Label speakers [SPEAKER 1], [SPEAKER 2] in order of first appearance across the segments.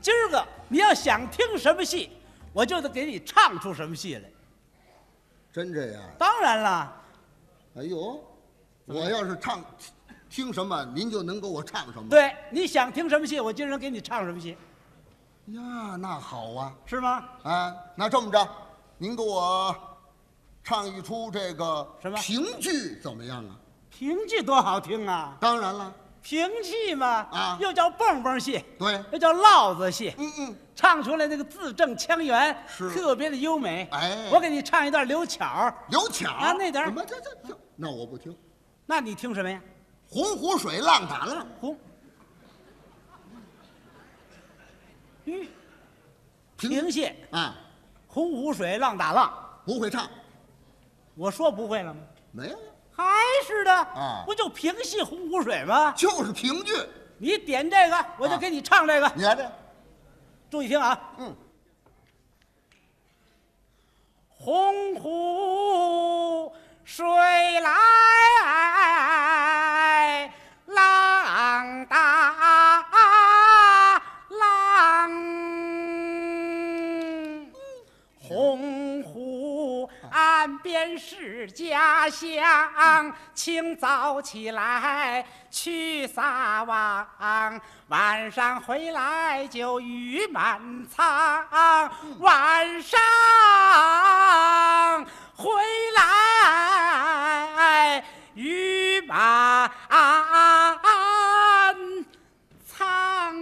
[SPEAKER 1] 今儿个你要想听什么戏，我就得给你唱出什么戏来。
[SPEAKER 2] 真这样？啊
[SPEAKER 1] 当然了，
[SPEAKER 2] 哎呦，我要是唱听什么，您就能给我唱什么。
[SPEAKER 1] 对，你想听什么戏，我今儿给你唱什么戏，
[SPEAKER 2] 呀，那好啊
[SPEAKER 1] 是吗？
[SPEAKER 2] 啊！那这么着，您给我唱一出这个
[SPEAKER 1] 什么
[SPEAKER 2] 评剧怎么样啊？
[SPEAKER 1] 评剧多好听啊，
[SPEAKER 2] 当然了，
[SPEAKER 1] 评戏嘛，
[SPEAKER 2] 啊
[SPEAKER 1] 又叫蹦蹦戏，
[SPEAKER 2] 对，
[SPEAKER 1] 又叫烙子戏，
[SPEAKER 2] 嗯嗯，
[SPEAKER 1] 唱出来那个字正腔圆，
[SPEAKER 2] 是
[SPEAKER 1] 特别的优美。
[SPEAKER 2] 哎
[SPEAKER 1] 我给你唱一段刘巧儿，
[SPEAKER 2] 刘巧
[SPEAKER 1] 啊那点儿
[SPEAKER 2] 什么这这这？那我不听。
[SPEAKER 1] 那你听什么呀？
[SPEAKER 2] 洪湖水浪打浪，
[SPEAKER 1] 红，嗯，
[SPEAKER 2] 评
[SPEAKER 1] 平戏，
[SPEAKER 2] 啊，
[SPEAKER 1] 洪湖水浪打浪，
[SPEAKER 2] 不会唱，
[SPEAKER 1] 我说不会了吗？
[SPEAKER 2] 没有，
[SPEAKER 1] 还是的，
[SPEAKER 2] 啊
[SPEAKER 1] 不就平戏洪湖水吗？
[SPEAKER 2] 就是评剧。
[SPEAKER 1] 你点这个，我就
[SPEAKER 2] 啊
[SPEAKER 1] 给你唱这个，
[SPEAKER 2] 你看这，
[SPEAKER 1] 注意听啊。
[SPEAKER 2] 嗯，
[SPEAKER 1] 洪湖水来，浪打浪。洪湖岸边是家乡，清早起来去撒网，晚上回来就鱼满仓。晚上回来鱼满仓。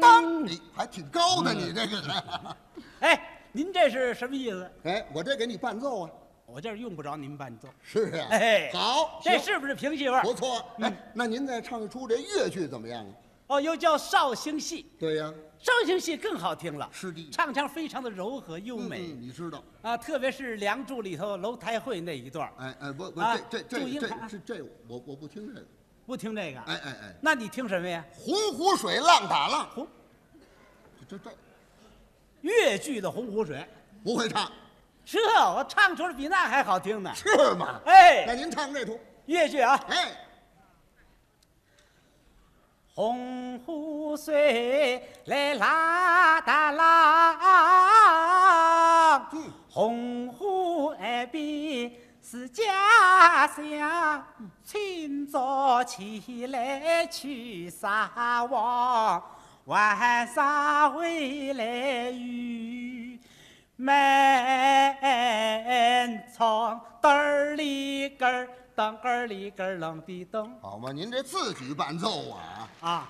[SPEAKER 2] 当你哎还挺高的，你这个人。
[SPEAKER 1] 哎，您这是什么意思？
[SPEAKER 2] 哎，我这给你伴奏啊，
[SPEAKER 1] 我这儿用不着您伴奏。
[SPEAKER 2] 是啊，
[SPEAKER 1] 哎
[SPEAKER 2] 好，
[SPEAKER 1] 这
[SPEAKER 2] 行
[SPEAKER 1] 是嗯不是评戏味儿
[SPEAKER 2] 不？错。哎，那您再唱一出这越剧怎么样啊？
[SPEAKER 1] 哦，又叫绍兴戏，
[SPEAKER 2] 对呀，
[SPEAKER 1] 绍兴戏更好听了，
[SPEAKER 2] 是的
[SPEAKER 1] 唱腔非常的柔和优
[SPEAKER 2] 嗯
[SPEAKER 1] 美、
[SPEAKER 2] 嗯你知道。
[SPEAKER 1] 啊，特别是《梁祝》里头楼台会那一段儿，
[SPEAKER 2] 哎哎，不不，
[SPEAKER 1] 啊
[SPEAKER 2] 这这
[SPEAKER 1] 祝
[SPEAKER 2] 这
[SPEAKER 1] 英
[SPEAKER 2] 这
[SPEAKER 1] 台啊
[SPEAKER 2] 这这，我我不听这个。
[SPEAKER 1] 不听这个，
[SPEAKER 2] 哎哎哎，
[SPEAKER 1] 那你听什么呀？
[SPEAKER 2] 洪湖水浪打浪，
[SPEAKER 1] 洪
[SPEAKER 2] 这这
[SPEAKER 1] 越剧的《洪湖水》，
[SPEAKER 2] 不会唱
[SPEAKER 1] 这我唱出来比那还好听呢。
[SPEAKER 2] 是吗？那
[SPEAKER 1] 哎，
[SPEAKER 2] 您唱这出，
[SPEAKER 1] 越剧啊，
[SPEAKER 2] 哎，
[SPEAKER 1] 洪湖水来拉达浪
[SPEAKER 2] 嗯，
[SPEAKER 1] 洪湖哎岸边是家乡，清早起来去撒网，晚上回来鱼满仓，嘚儿里根儿，当儿里根儿，啷滴噔。
[SPEAKER 2] 好嘛，您这自己伴奏啊，
[SPEAKER 1] 啊，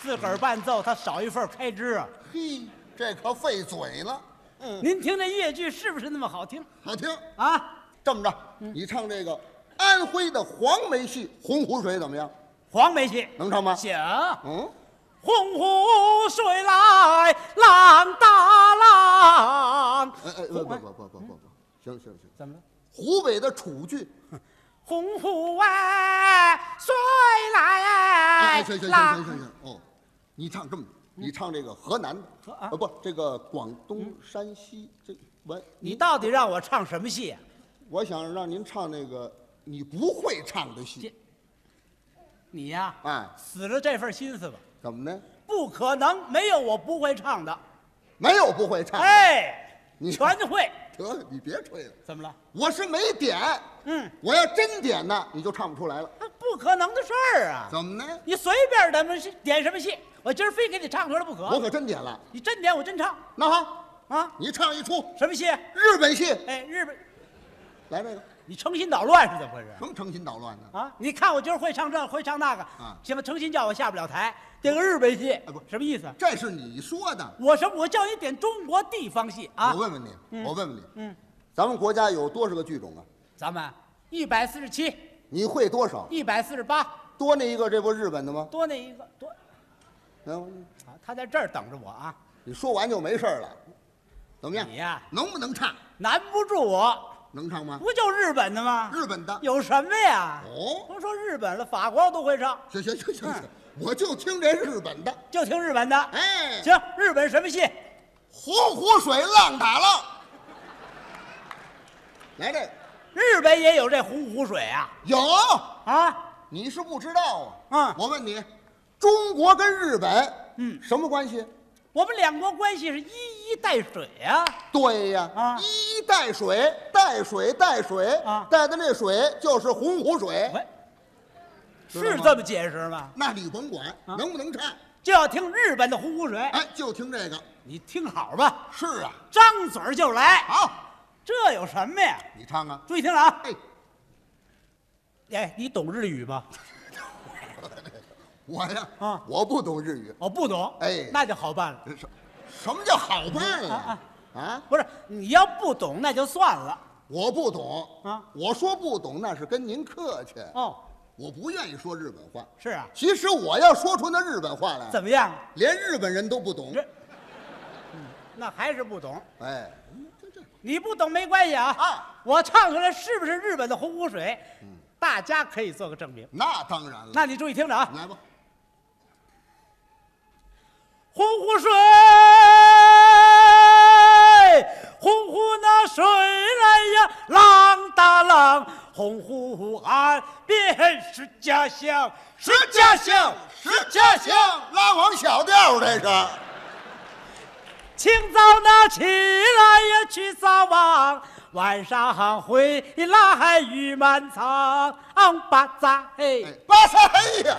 [SPEAKER 1] 自个儿伴奏，他少一份开支啊。
[SPEAKER 2] 嘿，这可费嘴了。嗯，
[SPEAKER 1] 您听这越剧是不是那么好听
[SPEAKER 2] 好听。
[SPEAKER 1] 啊？
[SPEAKER 2] 这么着，你唱这个安徽的黄梅戏《洪湖水》怎么样？
[SPEAKER 1] 黄梅戏
[SPEAKER 2] 能唱吗？
[SPEAKER 1] 行，
[SPEAKER 2] 嗯，
[SPEAKER 1] 洪湖水来浪打浪。
[SPEAKER 2] 哎哎，不不不不不不不，行行行，
[SPEAKER 1] 怎么了？
[SPEAKER 2] 湖北的楚剧，
[SPEAKER 1] 洪湖湾水来
[SPEAKER 2] 哎，行行行
[SPEAKER 1] 浪
[SPEAKER 2] 行行行，哦，你唱这么，你唱这个河南的，
[SPEAKER 1] 嗯河啊
[SPEAKER 2] 呃不，这个广东、山西这我
[SPEAKER 1] 你到底让我唱什么戏啊？
[SPEAKER 2] 我想让您唱那个你不会唱的戏
[SPEAKER 1] 这，你呀、
[SPEAKER 2] 哎，
[SPEAKER 1] 死了这份心思吧。
[SPEAKER 2] 怎么呢？
[SPEAKER 1] 不可能，没有我不会唱的。
[SPEAKER 2] 没有不会唱的，
[SPEAKER 1] 哎，
[SPEAKER 2] 你
[SPEAKER 1] 全会。
[SPEAKER 2] 得你别吹了，
[SPEAKER 1] 怎么了？
[SPEAKER 2] 我是没点，
[SPEAKER 1] 嗯，
[SPEAKER 2] 我要真点呢，你就唱不出来了，
[SPEAKER 1] 那不可能的事儿啊！
[SPEAKER 2] 怎么呢？
[SPEAKER 1] 你随便咱们点什么戏，我今儿非给你唱出来不
[SPEAKER 2] 我
[SPEAKER 1] 可。
[SPEAKER 2] 可真点了，
[SPEAKER 1] 你真点我真唱
[SPEAKER 2] 那好，
[SPEAKER 1] 啊！
[SPEAKER 2] 你唱一出
[SPEAKER 1] 什么戏？
[SPEAKER 2] 日本戏，
[SPEAKER 1] 哎，日本，
[SPEAKER 2] 来这个，
[SPEAKER 1] 你成心捣乱是怎么回事
[SPEAKER 2] 什么成心捣乱呢？
[SPEAKER 1] 啊？你看我今儿会唱这，会唱那个
[SPEAKER 2] 啊，哎
[SPEAKER 1] 行了，成心叫我下不了台，点个日本戏，
[SPEAKER 2] 不是
[SPEAKER 1] 什么意思？
[SPEAKER 2] 这是你说的，
[SPEAKER 1] 我什么？我叫你点中国地方戏啊
[SPEAKER 2] 我？问问你，我问问你，
[SPEAKER 1] 嗯，
[SPEAKER 2] 咱们国家有多少个剧种啊？
[SPEAKER 1] 咱们一百四十七，
[SPEAKER 2] 你会多少？
[SPEAKER 1] 一百四十八，
[SPEAKER 2] 多那一个，这不日本的吗？
[SPEAKER 1] 多那一个多
[SPEAKER 2] 嗯，
[SPEAKER 1] 啊！他在这儿等着我啊！
[SPEAKER 2] 你说完就没事儿了，怎么样？
[SPEAKER 1] 你呀
[SPEAKER 2] 能不能唱？
[SPEAKER 1] 难不住我，
[SPEAKER 2] 能唱吗？
[SPEAKER 1] 不就日本的吗？
[SPEAKER 2] 日本的。
[SPEAKER 1] 有什么呀？
[SPEAKER 2] 哦，
[SPEAKER 1] 甭说日本了，法国都会唱，
[SPEAKER 2] 行行行行行，我就听这日本的。
[SPEAKER 1] 就听日本的。
[SPEAKER 2] 哎，
[SPEAKER 1] 嗯行，日本什么戏？
[SPEAKER 2] 洪湖水浪打浪。来这个
[SPEAKER 1] 日本也有这洪湖水啊
[SPEAKER 2] 有，
[SPEAKER 1] 啊！
[SPEAKER 2] 你是不知道啊。
[SPEAKER 1] 嗯
[SPEAKER 2] 我问你，中国跟日本，
[SPEAKER 1] 嗯
[SPEAKER 2] 什么关系？
[SPEAKER 1] 我们两国关系是一衣带水啊。
[SPEAKER 2] 对呀、
[SPEAKER 1] 啊
[SPEAKER 2] 一衣带水，带水，带水，
[SPEAKER 1] 啊
[SPEAKER 2] 带的这水就是洪湖水。
[SPEAKER 1] 喂，
[SPEAKER 2] 知道吗
[SPEAKER 1] 是这么解释吗？
[SPEAKER 2] 那你甭管、
[SPEAKER 1] 啊
[SPEAKER 2] 能不能唱，
[SPEAKER 1] 就要听日本的洪湖水，
[SPEAKER 2] 哎，就听这个。
[SPEAKER 1] 你听好吧，
[SPEAKER 2] 是啊，
[SPEAKER 1] 张嘴儿就来，
[SPEAKER 2] 好，
[SPEAKER 1] 这有什么呀？
[SPEAKER 2] 你唱啊。
[SPEAKER 1] 注意听着啊！
[SPEAKER 2] 哎，
[SPEAKER 1] 哎，你懂日语吗？
[SPEAKER 2] 我呀，
[SPEAKER 1] 啊
[SPEAKER 2] 我不懂日语，
[SPEAKER 1] 我不懂，
[SPEAKER 2] 哎
[SPEAKER 1] 那就好办了。
[SPEAKER 2] 什什么叫好办呀、啊
[SPEAKER 1] 啊？
[SPEAKER 2] 啊，
[SPEAKER 1] 不是你要不懂那就算了
[SPEAKER 2] 我不懂
[SPEAKER 1] 啊
[SPEAKER 2] 我说不懂那是跟您客气，
[SPEAKER 1] 哦，
[SPEAKER 2] 我不愿意说日本话。
[SPEAKER 1] 是啊，
[SPEAKER 2] 其实我要说出那日本话来，
[SPEAKER 1] 怎么样？
[SPEAKER 2] 连日本人都不懂
[SPEAKER 1] 这。嗯那还是不懂，
[SPEAKER 2] 哎，嗯这这
[SPEAKER 1] 你不懂没关系啊。嗯
[SPEAKER 2] 啊，
[SPEAKER 1] 我唱出来是不是日本的洪湖水？大家可以做个证明。
[SPEAKER 2] 那当然了。
[SPEAKER 1] 那你注意听着啊，
[SPEAKER 2] 来吧，
[SPEAKER 1] 洪湖水，洪湖那水来呀，浪打浪，洪湖岸边是家乡，是家乡，是家乡。
[SPEAKER 2] 拉网小调这是。
[SPEAKER 1] 清早那起来呀去撒网，晚上回来雨满仓，巴扎嘿
[SPEAKER 2] 哎，。巴塞呀，